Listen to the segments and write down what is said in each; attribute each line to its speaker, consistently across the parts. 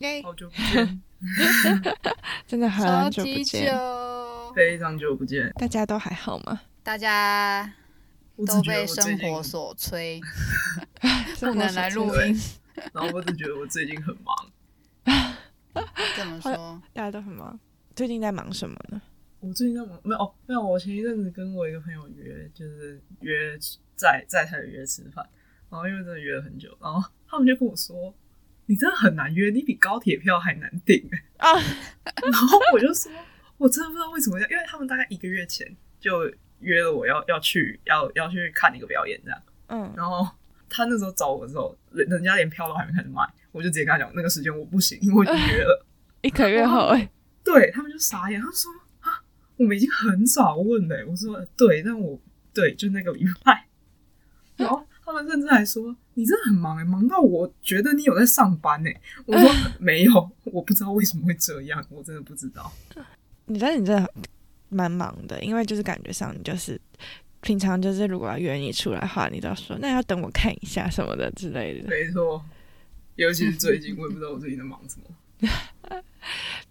Speaker 1: 哎
Speaker 2: 耶，
Speaker 3: 好久不见，
Speaker 1: 真的
Speaker 2: 超
Speaker 1: 很久不
Speaker 2: 级久
Speaker 1: 见，，
Speaker 3: 非常久不见。
Speaker 1: 大家都还好 吗？
Speaker 2: 大家
Speaker 3: 我只
Speaker 2: 都
Speaker 3: 觉得
Speaker 2: 被
Speaker 3: 我
Speaker 2: 生
Speaker 3: 最近
Speaker 2: 活，所催，
Speaker 1: 生
Speaker 2: 不
Speaker 1: 活
Speaker 2: 能
Speaker 1: 所
Speaker 2: 来录
Speaker 1: 催
Speaker 2: 音。
Speaker 3: 然后我只觉得我最近很忙。
Speaker 2: 这么说，
Speaker 1: 大家都很忙。最近在忙什么呢？
Speaker 3: 我最近在忙，没有哦，没有。我前一阵子跟我一个朋友约，就是约在在台北约吃饭，然后因为真的约了很久，然后他们就跟我说：“你真的很难约，你比高铁票还难 订。”
Speaker 1: 啊，
Speaker 3: 然后我就说，我真的不知道为什么要，因为他们大概一个月前就约了我要要去要要去看一个表演这样，
Speaker 1: 嗯，
Speaker 3: 然后他那时候找我的时候，人人家连票都还没开始卖，我就直接跟他讲那个时间我不行，因为我已经约了。
Speaker 1: 一个月后，哎，
Speaker 3: 对他们就傻眼，他说啊，我们已经很早问了、我说对，但我对就那个礼拜，然后他们甚至还说你真的很忙、欸，忙到我觉得你有在上班呢、我说没有，我不知道为什么会这样，我真的不知道。
Speaker 1: 你但你真的蛮忙的，因为就是感觉上你就是平常就是如果要约你出来的话，你都要说那要等我看一下什么的之类的。
Speaker 3: 没错，尤其是最近，我也不知道我最近在忙什么。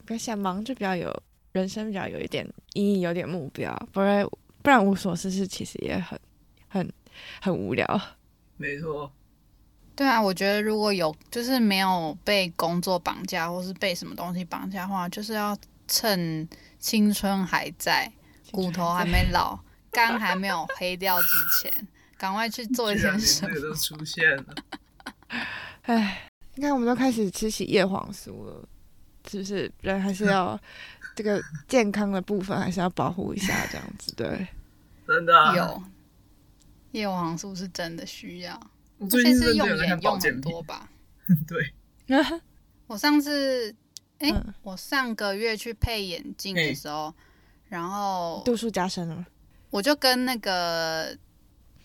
Speaker 1: 不要想忙就比较有人生比较有一点意义，有点目标，不然不然无所事事其实也很很很无聊。
Speaker 3: 没错，
Speaker 2: 对啊，我觉得如果有就是没有被工作绑架，或是被什么东西绑架的话，就是要趁青春还在，骨头还没 老，肝还没有黑掉之前，赶快去做 一
Speaker 3: 居然
Speaker 2: 些
Speaker 3: 连这
Speaker 2: 什么。
Speaker 3: 个都出现了。
Speaker 1: 唉，你看，我们都开始吃起叶黄素了，是不是？人还是要这个健康的部分还是要保护一下，这样子对。
Speaker 3: 真的啊、
Speaker 2: 有叶黄素是真的需要，
Speaker 3: 我
Speaker 2: 而
Speaker 3: 最
Speaker 2: 且
Speaker 3: 近真
Speaker 2: 哦
Speaker 3: 的
Speaker 2: 是用
Speaker 3: 有在
Speaker 2: 眼
Speaker 3: 看
Speaker 2: 用
Speaker 3: 保
Speaker 2: 很
Speaker 3: 健品
Speaker 2: 多，嗯吧。
Speaker 3: 对，
Speaker 2: 我上次，哎、
Speaker 1: 嗯
Speaker 2: 我上个月去配眼镜的
Speaker 3: 嘿
Speaker 2: 时候，然后
Speaker 1: 度数加深了吗？
Speaker 2: 我就跟那个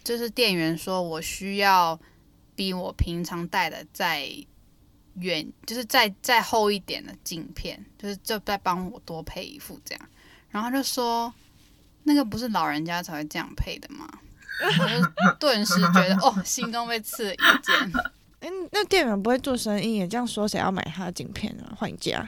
Speaker 2: 就是店员说，我需要比我平常戴的再远，就是再再厚一点的镜片，就是就再帮我多配一副这样。然后他就说，那个不是老人家才会这样配的吗？我就顿时觉得哦，心中被刺了一箭。
Speaker 1: 嗯，那店员不会做生意耶，这样说谁要买他的镜片啊？换一家。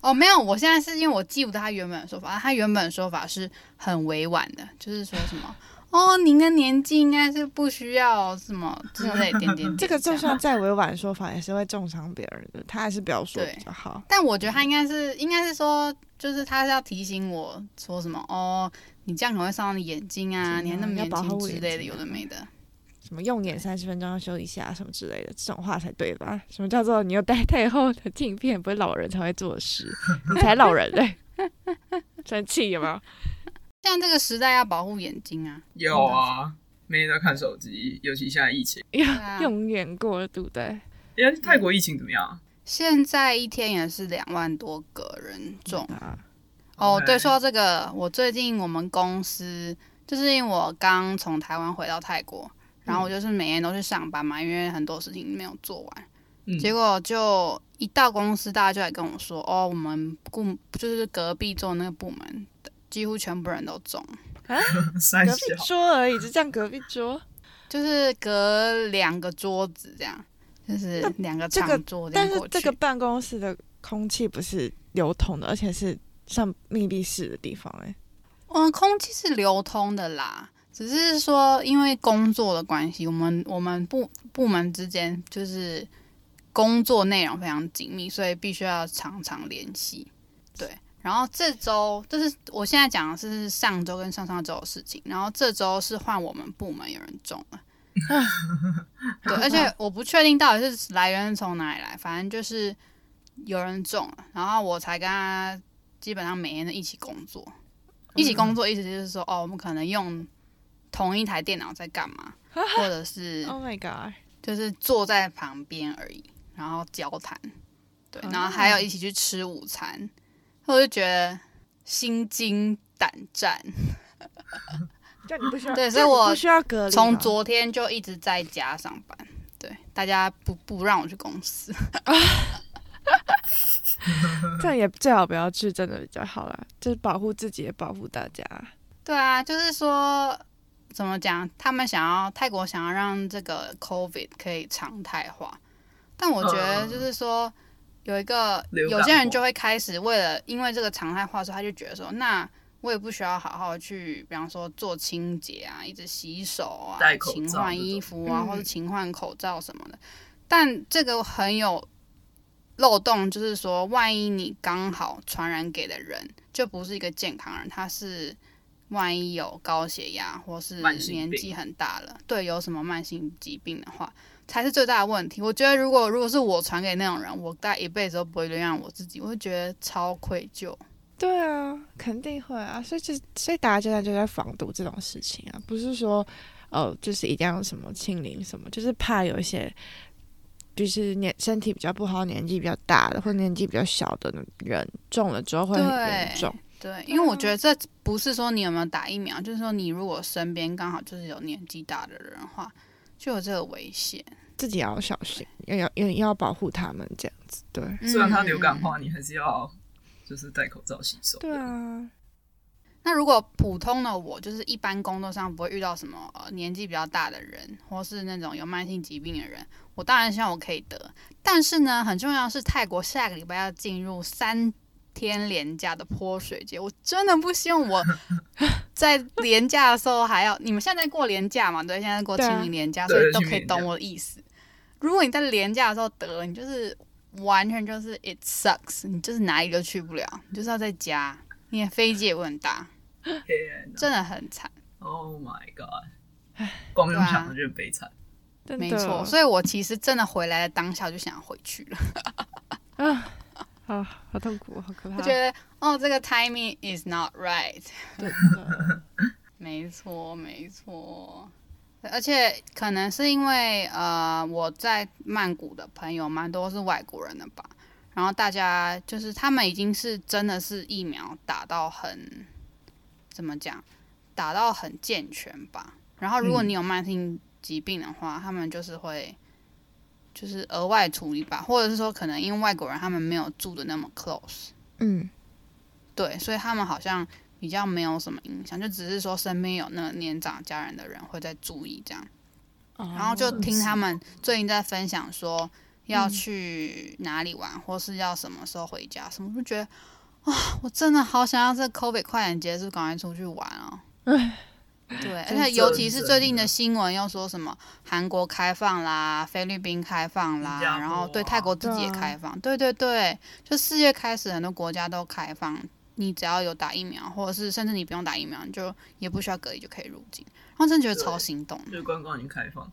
Speaker 2: 哦，没有，我现在是因为我记不得他原本的说法，他原本的说法是很委婉的，就是说什么哦，您的年纪应该是不需要什么之类点点点
Speaker 1: 这个就
Speaker 2: 样
Speaker 1: 算再委婉的说法，也是会重伤别人的，他还是不要说
Speaker 2: 对
Speaker 1: 比较好。
Speaker 2: 但我觉得他应该是，应该是说，就是他是要提醒我说什么哦，你这样可能会伤到你眼睛啊，
Speaker 1: 真的
Speaker 2: 你还那么
Speaker 1: 要
Speaker 2: 年
Speaker 1: 保
Speaker 2: 轻
Speaker 1: 护
Speaker 2: 之
Speaker 1: 眼
Speaker 2: 类的，
Speaker 1: 睛
Speaker 2: 有
Speaker 1: 啊
Speaker 2: 的没的。
Speaker 1: 什么用眼三十分钟要休息一下，什么之类的，这种话才对吧？什么叫做你又戴 太厚的镜片，不是老人才会做的事？你才老人嘞！ 生气有没有？
Speaker 2: 现在这个时代要保护眼睛啊，
Speaker 3: 有啊，每天都在看手机，尤其现在疫情。
Speaker 2: 啊
Speaker 1: 要永远过了，对不对？
Speaker 3: 哎，泰国疫情怎么样啊？
Speaker 2: 现在一天也是两万多个人中。
Speaker 1: 啊，
Speaker 2: 哦，
Speaker 3: OK
Speaker 2: 对，说到这个，我最近我们公司就是因为我刚从台湾回到泰国，然
Speaker 1: 嗯
Speaker 2: 后我就是每天都去上班嘛，因为很多事情没有做完，
Speaker 3: 嗯
Speaker 2: 结果就一到公司，大家就来跟我说，哦，我们部就是隔壁做那个部门的，几乎全部人都中，
Speaker 3: 三
Speaker 1: 隔
Speaker 3: 小
Speaker 1: 壁桌而已，就这样隔壁 桌。
Speaker 2: 就是隔两个桌子这样，就是
Speaker 1: 那
Speaker 2: 两个
Speaker 1: 这个
Speaker 2: 长桌这
Speaker 1: 但
Speaker 2: 样
Speaker 1: 是
Speaker 2: 过去。
Speaker 1: 这个办公室的空气不是流通的，而且是像密闭式的地方、哎，
Speaker 2: 嗯，空气是流通的啦，只是说因为工作的关系，我们我们部部门之间就是工作内容非常紧密，所以必须要常常联系。对，然后这周就是我现在讲的是上周跟上上周的事情，然后这周是换我们部门有人中了。对，而且我不确定到底是来源是从哪里来，反正就是有人中了，然后我才跟他基本上每天都一起工作，一起工作意思就是说，哦，我们可能用同一台电脑在干嘛，或者是
Speaker 1: Oh my god！
Speaker 2: 就是坐在旁边而已，然后交谈，对，
Speaker 1: 哦
Speaker 2: 然后还有一起去吃午餐，我就觉得心惊胆战。
Speaker 1: 就你不需要，
Speaker 2: 对
Speaker 1: 这样
Speaker 2: 所以我
Speaker 1: 你不需要隔离吗，
Speaker 2: 从昨天就一直在家上班，对，大家不不让我去公司。
Speaker 1: 这样也最好不要去，真的比较好啦，就是保护自己，也保护大家。
Speaker 2: 对啊，就是说怎么讲，他们想要泰国想要
Speaker 3: 嗯
Speaker 2: 让这个 COVID 可以常态化，但我觉得就是说，有一个
Speaker 3: 浏览
Speaker 2: 有些人
Speaker 3: 过
Speaker 2: 就会开始为了因为这个常态化，所以他就觉得说，那我也不需要好好去，比方说做清洁啊，一直洗手啊
Speaker 3: 戴，口罩
Speaker 2: 勤
Speaker 3: 这
Speaker 2: 换
Speaker 3: 种
Speaker 2: 衣服啊，
Speaker 1: 嗯
Speaker 2: 或者勤换口罩什么的。但这个很有漏洞，就是说，万一你刚好传染给的人就不是一个健康人，他是万一有高血压或是
Speaker 3: 慢性
Speaker 2: 年
Speaker 3: 病
Speaker 2: 纪很大了，对，有什么慢性疾病的话，才是最大的问题。我觉得如果如果是我传给那种人，我大概一辈子都不会原谅我自己，我会觉得超愧疚。
Speaker 1: 对啊，肯定会啊，所以其实所以大家现在就在防堵这种事情啊，不是说哦，就是一定要什么清零什么，就是怕有一些就是年身体比较不好、年纪比较大的或年纪比较小的人中了之后会很严
Speaker 2: 对
Speaker 1: 重。
Speaker 2: 对，因为我觉得这不是说你有没有打疫苗，就是说你如果身边刚好就是有年纪大的人的话，就有这个危险。
Speaker 1: 自己也要小心，要要要要保护他们这样子。对，
Speaker 3: 虽然它流感
Speaker 2: 嗯
Speaker 3: 化，你还是要就是戴口罩、洗手。
Speaker 1: 对，啊，
Speaker 2: 那如果普通的我，就是一般工作上不会遇到什么、呃、年纪比较大的人，或是那种有慢性疾病的人，我当然希望我可以得。但是呢，很重要的是泰国下个礼拜要进入三天连假的泼水节，我真的不希望 我在连假的时候还要。你们现在在过连假嘛？对，现在在过
Speaker 1: 对啊
Speaker 2: 清明连假，
Speaker 3: 对
Speaker 2: 所以都
Speaker 3: 清
Speaker 2: 可以
Speaker 3: 明
Speaker 2: 懂
Speaker 3: 连假
Speaker 2: 我的意思。如果你在连假的时候得了，你就是完全就是 it sucks，你就是哪里都去不了，你就是要在家，你的飞机也不能搭。
Speaker 3: 天
Speaker 2: 真的很惨，
Speaker 3: 哪，Oh my god！光
Speaker 2: 啊
Speaker 3: 用想的就很悲惨。
Speaker 1: 真的
Speaker 2: 没错。所以我其实真的回来的当下就想回去了，
Speaker 1: 啊啊，好痛苦，好可怕。
Speaker 2: 我觉得哦，这个 timing is not right。
Speaker 1: 真的
Speaker 2: 没错，没错。而且可能是因为呃，我在曼谷的朋友蛮多是外国人的吧，然后大家就是他们已经是真的是疫苗打到很怎么讲，打到很健全吧。然后如果
Speaker 3: 嗯
Speaker 2: 你有慢性疾病的话，他们就是会就是额外处理吧，或者是说可能因为外国人他们没有住的那么 close，
Speaker 1: 嗯，
Speaker 2: 对，所以他们好像比较没有什么影响，就只是说身边有那个年长家人的人会在注意这样，然后就
Speaker 1: 哦
Speaker 2: 听他们最近在分享说要
Speaker 1: 嗯
Speaker 2: 去哪里玩，或是要什么时候回家什么，我就觉得啊，我真的好想要这 COVID 快点结束，赶快出去玩哦。对，而
Speaker 1: 真
Speaker 2: 且尤
Speaker 3: 的
Speaker 2: 其是
Speaker 3: 真
Speaker 2: 最近的
Speaker 3: 的
Speaker 2: 新闻又说什么韩国开放啦，菲律宾开放啦，
Speaker 3: 新加
Speaker 2: 然后
Speaker 3: 坡
Speaker 2: 对泰
Speaker 3: 啊
Speaker 2: 国自己也
Speaker 1: 对啊
Speaker 2: 开放，对对对，就四月开始很多国家都开放，你只要有打疫苗，或者是甚至你不用打疫苗，你就也不需要隔离就可以入境，然后真的觉得超
Speaker 3: 对
Speaker 2: 心动的。
Speaker 3: 就是观光已经开放。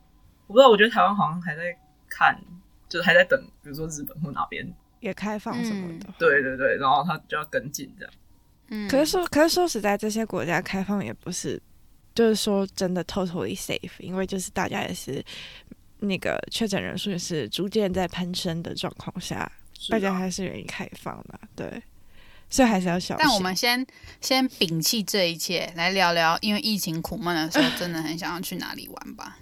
Speaker 3: 我不知道，我觉得台湾好像还在看，就是还在等，比如说日本或哪边，
Speaker 1: 也开放什么的。
Speaker 3: 对对对，然后他就要跟进这样。
Speaker 2: 嗯，
Speaker 1: 可是说，可是说实在，这些国家开放也不是，就是说真的 totally safe，因为就是大家也是那个确诊人数也是逐渐在攀升的状况下，
Speaker 3: 是
Speaker 1: 大
Speaker 3: 啊
Speaker 1: 家还是愿意开放的，对，所以还是要小心。
Speaker 2: 但我们先先摒弃这一切，来聊聊，因为疫情苦闷的时候，真的很想要去哪里玩吧。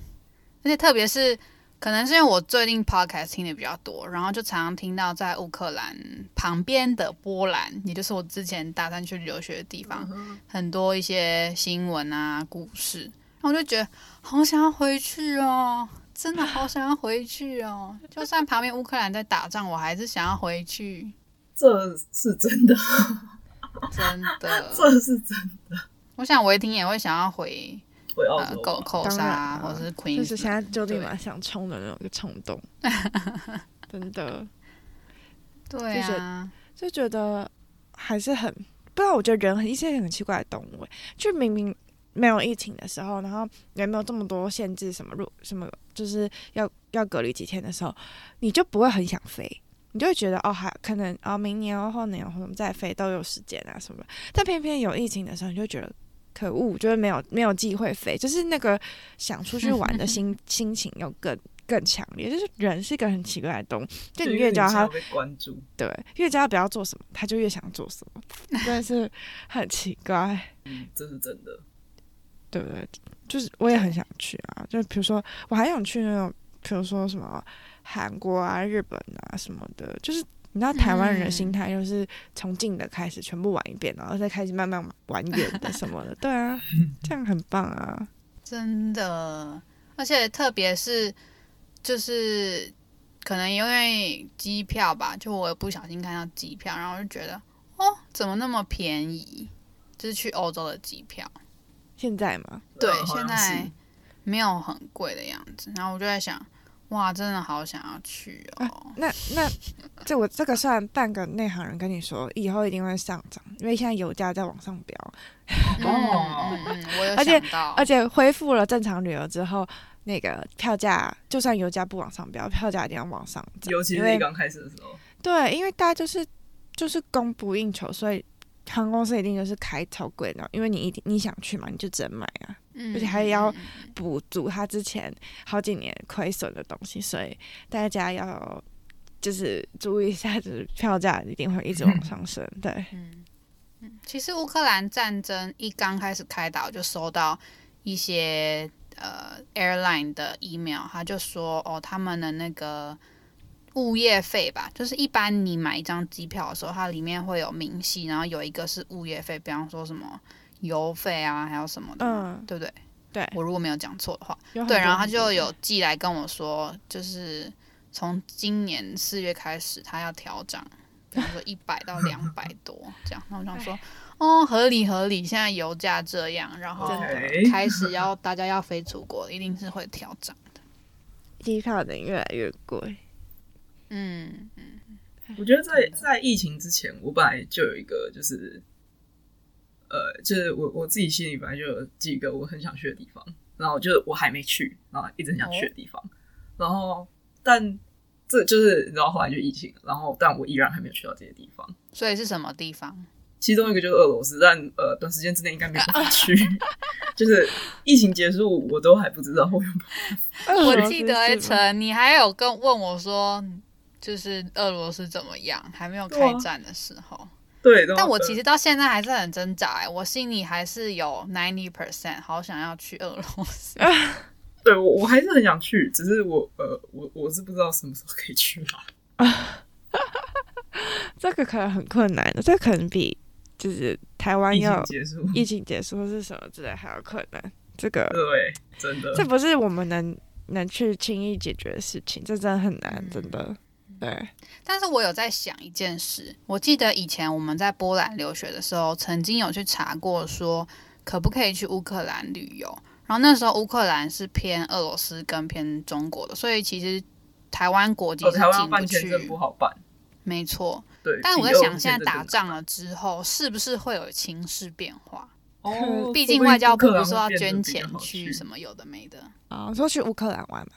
Speaker 2: 而且特别是，可能是因为我最近 podcast 听的比较多，然后就常常听到在乌克兰旁边的波兰，也就是我之前打算去留学的地方，很多一些新闻啊、故事，然后我就觉得好想要回去哦。真的好想要回去哦！就算旁边乌克兰在打仗，我还是想要回去。
Speaker 3: 这是真的，
Speaker 2: 真的，
Speaker 3: 这是真的。
Speaker 2: 我想维婷也会想要回
Speaker 3: 回澳
Speaker 2: 呃
Speaker 3: 洲吧，
Speaker 2: 口口
Speaker 1: 当
Speaker 2: 沙、
Speaker 1: 然
Speaker 2: 啊、
Speaker 1: 啊
Speaker 2: 或者是
Speaker 1: 就
Speaker 2: Queen，
Speaker 1: 是现在就立马想冲的那种冲 动，真的
Speaker 2: 对
Speaker 1: 就是
Speaker 2: 啊，
Speaker 1: 就觉得还是很不知道。我觉得人很一些很奇怪的动物欸，就明明没有疫情的时候，然后也没有这么多限制，什么入什么就是要要隔离几天的时候，你就不会很想飞。你就会觉得哦，还可能哦，明年哦，后年哦，我们再飞都有时间啊什么的。但偏偏有疫情的时候，你就觉得可恶，就是没有没有机会飞，就是那个想出去玩的心心情又更更强烈。就是人是一个很奇怪的动物，就你
Speaker 3: 因为
Speaker 1: 越叫
Speaker 3: 想
Speaker 1: 他
Speaker 3: 要被关注，
Speaker 1: 对，越叫他不要做什么，他就越想做什么，真的是很奇怪，
Speaker 3: 嗯，这是真的。
Speaker 1: 对不对？就是我也很想去啊，就比如说我还想去那种，比如说什么韩国啊、日本啊什么的，就是你知道台湾人的心态就是从近的开始全部玩一遍，然后再开始慢慢玩远的什么的，对啊，这样很棒啊，
Speaker 2: 真的，而且特别是就是可能因为机票吧，就我不小心看到机票，然后我就觉得哦，怎么那么便宜？就是去欧洲的机票，
Speaker 1: 现在吗？
Speaker 2: 对，
Speaker 3: 嗯好
Speaker 2: 现
Speaker 3: 像
Speaker 2: 在
Speaker 3: 是
Speaker 2: 没有很贵的样子。然后我就在想，哇，真的好想要去哦。
Speaker 1: 那那这我这个算半个内行人跟你说，以后一定会上涨，因为现在油价在往上飙，
Speaker 2: 嗯
Speaker 3: 哦
Speaker 2: 嗯嗯，我有
Speaker 1: 而且
Speaker 2: 想到，
Speaker 1: 而且恢复了正常旅游之后，那个票价就算油价不往上飙，票价一定要往上涨，
Speaker 3: 尤其
Speaker 1: 因
Speaker 3: 是
Speaker 1: 为
Speaker 3: 你刚开始的时候，
Speaker 1: 对，因为大家就是就是供不应求，所以航空公司一定就是开超贵的，因为你一定你想去嘛，你就只能买啊，
Speaker 2: 嗯
Speaker 1: 而且还要
Speaker 2: 嗯嗯嗯
Speaker 1: 补足他之前好几年亏损的东西，所以大家要就是注意一下，就是票价一定会一直往上升，对。
Speaker 2: 嗯，嗯，其实乌克兰战争一刚开始开打，我就收到一些呃 airline 的 email，他就说哦，他们的那个物业费吧，就是一般你买一张机票的时候，它里面会有明细，然后有一个是物业费，比方说什么油费啊，还有什么的嘛，
Speaker 1: 嗯
Speaker 2: 对不对？
Speaker 1: 对
Speaker 2: 我如果没有讲错的话，
Speaker 1: 有很
Speaker 2: 哦对，
Speaker 1: 多
Speaker 2: 然后他
Speaker 1: 很多
Speaker 2: 就有寄来跟我说，就是从今年四月开始，他要调涨，比方说一百到两 百多这样。那我想说，哦，合理合理，现在油价这样，然后
Speaker 1: 真的
Speaker 3: OK
Speaker 2: 开始要大家要飞出国，一定是会调涨的。
Speaker 1: 机票等越来越贵，
Speaker 2: 嗯嗯
Speaker 3: 我觉得在在疫情之前，我本来就有一个就是，呃，就是我我自己心里本来就有几个我很想去的地方，然后就是我还没去，然后一直很想去的地方，
Speaker 2: 哦
Speaker 3: 然后但这就是你知道后来就疫情了，然后但我依然还没有去到这些地方，
Speaker 2: 所以是什么地方？
Speaker 3: 其中一个就是俄罗斯，但呃短时间之内应该没有办法去， 就是疫情结束我都还不知道会有
Speaker 2: 我
Speaker 1: 俄罗斯
Speaker 2: 记得哎，
Speaker 1: 是吗
Speaker 2: 陈，你还有跟问我说，就是俄罗斯怎么样？还没有
Speaker 3: 对啊
Speaker 2: 开战的时候。
Speaker 3: 对，然后
Speaker 2: 但我
Speaker 3: 呃
Speaker 2: 其实到现在还是很挣扎、欸，我心里还是有 ninety percent 好想要去俄罗斯。
Speaker 3: 嗯对我我还是很想去，只是我呃我我是不知道什么时候可以去啊 啦。
Speaker 1: 这个可能很困难的，这个可能比就是台
Speaker 2: 哎
Speaker 1: 湾
Speaker 3: 疫
Speaker 1: 要
Speaker 3: 情结束，
Speaker 1: 疫情结束或是什么之类还要困难。这个
Speaker 3: 对，真的哦
Speaker 1: 这不是我们能能去轻易解决的事情，这真的很难，
Speaker 2: 嗯
Speaker 1: 真的。对，
Speaker 2: 但是我有在想一件事，我记得以前我们在波兰留学的时候，曾经有去查过说可不可以去乌克兰旅游。然后那时候乌克兰是偏俄罗斯跟偏中国的，所以其实台湾国籍
Speaker 3: 哦，
Speaker 2: 是
Speaker 3: 台湾要
Speaker 2: 进不
Speaker 3: 办签证
Speaker 2: 去
Speaker 3: 不，好办，
Speaker 2: 没错。
Speaker 3: 对。
Speaker 2: 但我在
Speaker 3: 比俄
Speaker 2: 想，现
Speaker 3: 签
Speaker 2: 在
Speaker 3: 证
Speaker 2: 打
Speaker 3: 更
Speaker 2: 仗了之后，是不是会有情势变化？
Speaker 3: 难，哦
Speaker 2: 毕竟外交部不是要捐钱去
Speaker 3: 去嗯
Speaker 2: 什
Speaker 3: 么，
Speaker 2: 么有的没的。
Speaker 1: 啊、说去乌克兰玩嘛，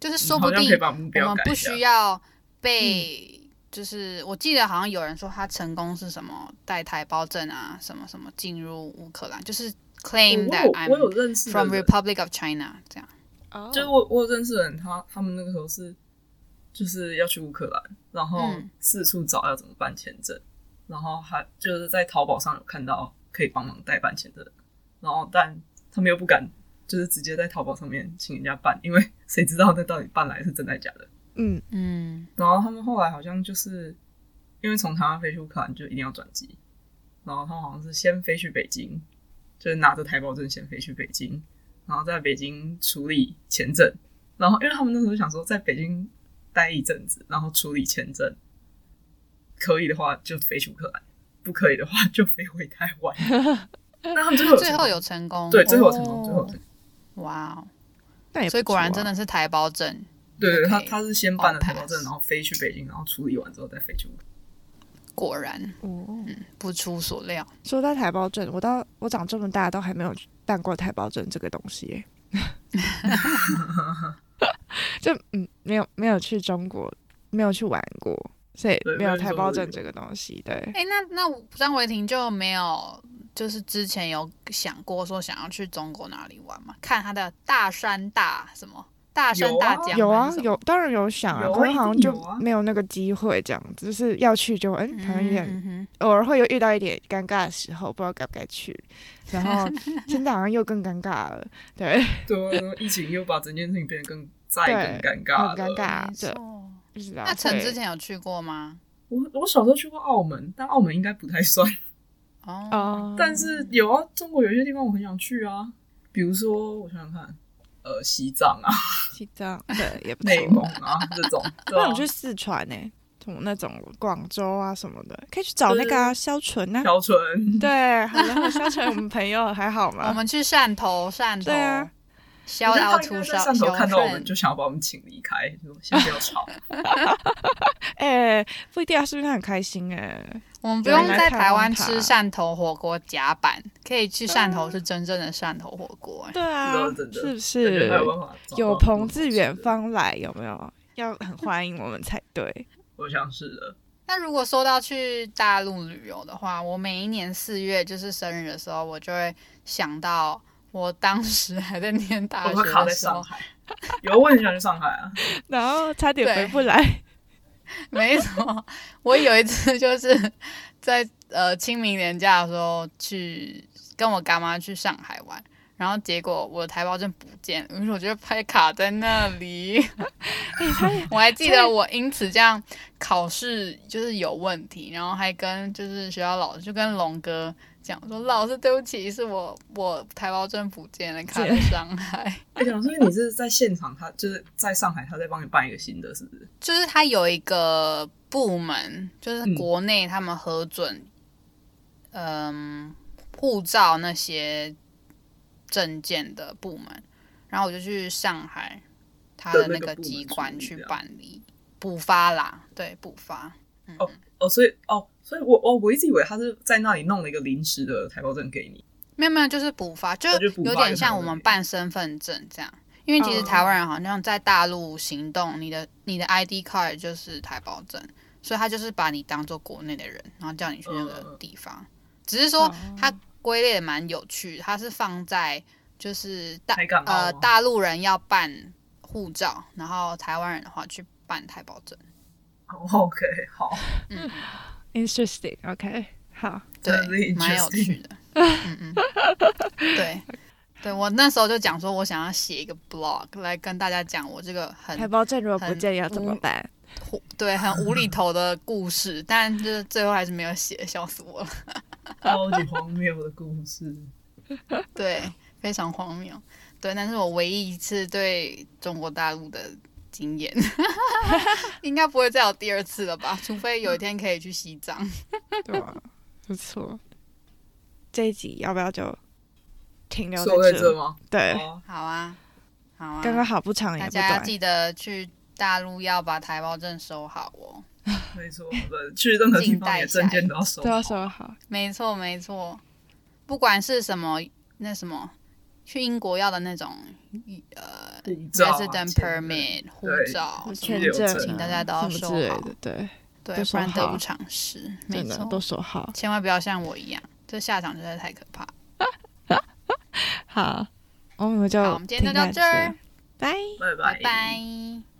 Speaker 2: 就是
Speaker 3: 嗯
Speaker 2: 说
Speaker 3: 好
Speaker 2: 不
Speaker 3: 像
Speaker 2: 定
Speaker 3: 可以把目
Speaker 2: 我
Speaker 3: 标
Speaker 2: 们
Speaker 3: 改
Speaker 2: 不
Speaker 3: 一下
Speaker 2: 需要
Speaker 1: 嗯
Speaker 2: 被，就是我记得好像有人说他成功是什么带台胞证啊，什么什么进入乌克兰，就是 claim
Speaker 3: 哦我
Speaker 2: that
Speaker 3: 有我有
Speaker 2: I'm
Speaker 3: 认识的
Speaker 2: 嗯 from
Speaker 3: 人
Speaker 2: Republic of China 这样。
Speaker 1: 哦
Speaker 3: 就是我我有认识的人，他他们那个时候是就是要去乌克兰，然后
Speaker 2: 嗯
Speaker 3: 四处找要怎么办签证，然后还就是在淘宝上有看到可以帮忙代办签证的，然后但他们又不敢，就是直接在淘宝上面请人家办，因为谁知道那到底办来是真的假的。
Speaker 1: 嗯，
Speaker 2: 嗯，
Speaker 3: 然后他们后来好像就是因为从台湾飞去乌克兰就一定要转机，然后他们好像是先飞去北京，就是拿着台胞证先飞去北京，然后在北京处理签证，然后因为他们那时候想说在北京待一阵子，然后处理签证，可以的话就飞去乌克兰，不可以的话就飞回台湾。那他们最后有
Speaker 2: 最
Speaker 3: 成
Speaker 2: 后
Speaker 3: 功
Speaker 2: 有成功，
Speaker 3: 对最后有成功，
Speaker 1: 哦
Speaker 3: 最后有成功
Speaker 2: 哇哦，
Speaker 1: 那也不
Speaker 2: 所以果然真
Speaker 1: 错啊
Speaker 2: 的是台胞证。
Speaker 3: 对对，对他
Speaker 2: OK，
Speaker 3: 他是先办了
Speaker 2: all
Speaker 3: 台胞证，
Speaker 2: pass
Speaker 3: 然后飞去北京，然后处理完之后再飞去乌克兰。
Speaker 2: 果然嗯
Speaker 1: 哦。
Speaker 2: 不出所料，
Speaker 1: 说到台胞证，我到我长这么大都还没有办过台胞证这个东西耶， 就嗯，没有没有去中国，没有去玩过，所以
Speaker 3: 对
Speaker 1: 没
Speaker 3: 没
Speaker 1: 有
Speaker 3: 有
Speaker 1: 台
Speaker 3: 去
Speaker 1: 胞
Speaker 3: 中
Speaker 1: 证
Speaker 3: 国旅游
Speaker 1: 这个东西。对，
Speaker 2: 哎、那那张维婷就没有，就是之前有想过说想要去中国哪里玩吗？看他的大山大什么大山
Speaker 3: 有啊
Speaker 2: 大江
Speaker 1: 有
Speaker 2: 还
Speaker 1: 啊
Speaker 2: 是什，么
Speaker 1: 有，当然有想啊，
Speaker 3: 有啊
Speaker 1: 可是
Speaker 3: 一
Speaker 1: 好像
Speaker 3: 定
Speaker 1: 就
Speaker 3: 有啊
Speaker 1: 没有那个机会，这样子，就是要去就嗯，好像有点、
Speaker 2: 嗯哼
Speaker 1: 偶尔会有遇到一点尴尬的时候，不知道该不该去，然 后现在好像又更尴尬了，对，
Speaker 3: 对，然后疫情又把整件事情变得更再更
Speaker 1: 对
Speaker 3: 尴尬了。
Speaker 1: 很尴尬
Speaker 2: 没，
Speaker 1: 对，
Speaker 2: 错
Speaker 1: 不知道
Speaker 2: 那陈
Speaker 1: 会
Speaker 2: 之前有去过吗？
Speaker 3: 我我小时候去过澳门，但澳门应该不太算。
Speaker 2: 哦，
Speaker 1: 哦，
Speaker 3: 但是有啊，中国有一些地方我很想去啊，比如说我想想看，呃西藏啊、
Speaker 1: 西藏对 也不错。
Speaker 3: 内蒙啊这种，对
Speaker 1: 那我
Speaker 3: 啊
Speaker 1: 们，去四川呢、欸什么那种广州啊什么的，可以去找那个啊肖纯啊。
Speaker 3: 小纯，
Speaker 1: 对，好了，肖纯我们朋友还好
Speaker 2: 我
Speaker 1: 吗？
Speaker 2: 们去汕头，汕头
Speaker 1: 对啊，
Speaker 2: 逍遥
Speaker 3: 我觉
Speaker 2: 图
Speaker 3: 得
Speaker 2: 小
Speaker 3: 他应该在汕头看到我
Speaker 2: 小
Speaker 3: 们
Speaker 2: 镇
Speaker 3: 就想要把我们请离开，就说先不要吵。
Speaker 1: 哎、不一定啊，说不定他很开心哎、
Speaker 2: 我们不
Speaker 1: 有人
Speaker 2: 用
Speaker 1: 来
Speaker 2: 在
Speaker 1: 台
Speaker 2: 台
Speaker 1: 湾嗯
Speaker 2: 湾
Speaker 1: 爬
Speaker 2: 吃汕头火锅甲板，可以去汕头吃真正的汕头火锅、哎
Speaker 1: 对啊
Speaker 3: 这倒，是真的
Speaker 1: 是不
Speaker 3: 感觉
Speaker 1: 是
Speaker 3: 还有办法找到
Speaker 1: 有朋自远
Speaker 3: 更好吃的，
Speaker 1: 方来？有没有？要很欢迎我们才 对。
Speaker 3: 我想是的。
Speaker 2: 那如果说到去大陆旅游的话，我每一年四月就是生日的时候，我就会想到我当时还在念大
Speaker 3: 我
Speaker 2: 学
Speaker 3: 会卡
Speaker 2: 的
Speaker 3: 在
Speaker 2: 时
Speaker 3: 上
Speaker 2: 候，
Speaker 3: 海，有我很想去上海啊，
Speaker 1: 然后差点回
Speaker 2: 对
Speaker 1: 不来，
Speaker 2: 没错，我有一次 就是在呃清明年假的时候去跟我干妈去上海玩，然后结果我的台胞证不见了，于是我就拍卡在那里。我还记得我因此这样考试就是有问题，然后还跟就是学校老师就跟龙哥讲说，老师对不起，是我我台胞证不见了，卡在上海。
Speaker 3: 哎，讲说你是在现场，他就是在上海，他在帮你办一个新的，是不是？
Speaker 2: 就是它有一个部门，就是
Speaker 3: 嗯
Speaker 2: 国内他们核准，嗯，护照那些证件的部门，然后我就去上海他的
Speaker 3: 的那
Speaker 2: 那
Speaker 3: 个
Speaker 2: 个
Speaker 3: 部门
Speaker 2: 机
Speaker 3: 处
Speaker 2: 关
Speaker 3: 理
Speaker 2: 去
Speaker 3: 这样
Speaker 2: 办理补发啦，对，补发。
Speaker 3: 哦，所以哦，所以我哦，我一直以为他是在那里弄了一个临时的台胞证给你，
Speaker 2: 没有没有，就是补发，就
Speaker 3: 哦就是补哦发
Speaker 2: 有点像我们办身份证这样。因为其实台湾人好像在大陆行动，你的你的 ID card 就是台胞证，所以他就是把你当做国内的人，然后叫你去那个地
Speaker 3: 哦
Speaker 2: 方。只是说它归类得蛮有趣，它是放在就是大
Speaker 3: 台港澳
Speaker 2: 呃
Speaker 3: 吗
Speaker 2: 大陆人要办护照，然后台湾人的话去办台胞证。
Speaker 3: 哦，OK，好，
Speaker 2: 嗯，
Speaker 1: interesting。OK，好，
Speaker 3: 真 的
Speaker 2: 对，
Speaker 3: 是
Speaker 2: 蛮有
Speaker 3: interesting
Speaker 2: 趣的。嗯 嗯，对，对我那时候就讲说，我想要写一个 blog 来跟大家讲我这个
Speaker 1: 台
Speaker 2: 很
Speaker 1: 胞证如果不
Speaker 2: 很嗯
Speaker 1: 见要怎么
Speaker 2: 无
Speaker 1: 办？
Speaker 2: 胡对很无厘头的故事，但就是最后还是没有写，笑死我了。
Speaker 3: 超级荒谬的故事，
Speaker 2: 对，非常荒谬。对，那是我唯一一次对中国大陆的经验， 应该不会再有第二次了吧？除非有一天可以去西藏。
Speaker 1: 对吧？不错。这一集要不要就停留
Speaker 3: 说在
Speaker 1: 这
Speaker 3: 这？吗？
Speaker 1: 对，
Speaker 3: 哦
Speaker 2: 好啊，好啊。
Speaker 1: 刚刚好不长也
Speaker 2: 大
Speaker 1: 不
Speaker 2: 家
Speaker 1: 短。
Speaker 2: 记得去大陆要把台胞证收好哦。
Speaker 3: 没错，对，去任何地
Speaker 2: 静
Speaker 3: 方
Speaker 2: 待
Speaker 3: 你的
Speaker 2: 起来
Speaker 3: 证件都要收
Speaker 1: 都，要说好，
Speaker 2: 没错，没错，不管是什么那什么，去英国要的那种呃
Speaker 3: 护照啊
Speaker 2: resident
Speaker 3: 签证
Speaker 2: permit 护
Speaker 3: 对
Speaker 2: 照，
Speaker 1: 签
Speaker 3: 有
Speaker 1: 证、
Speaker 3: 证
Speaker 1: 啊、
Speaker 2: 请大家都要
Speaker 1: 什
Speaker 2: 收
Speaker 1: 么之类
Speaker 2: 好
Speaker 1: 的，对，
Speaker 2: 对，
Speaker 1: 都
Speaker 2: 不
Speaker 1: 说
Speaker 2: 然得
Speaker 1: 好
Speaker 2: 不偿失。没
Speaker 1: 真的都
Speaker 2: 错，
Speaker 1: 说好。
Speaker 2: 千万不要像我一样，这下场实在太可怕了。
Speaker 1: 好，我们就
Speaker 2: 好，我们今天就
Speaker 1: 停在
Speaker 2: 到这儿，
Speaker 1: 拜。
Speaker 3: 拜
Speaker 2: 拜
Speaker 3: 拜。
Speaker 2: 拜。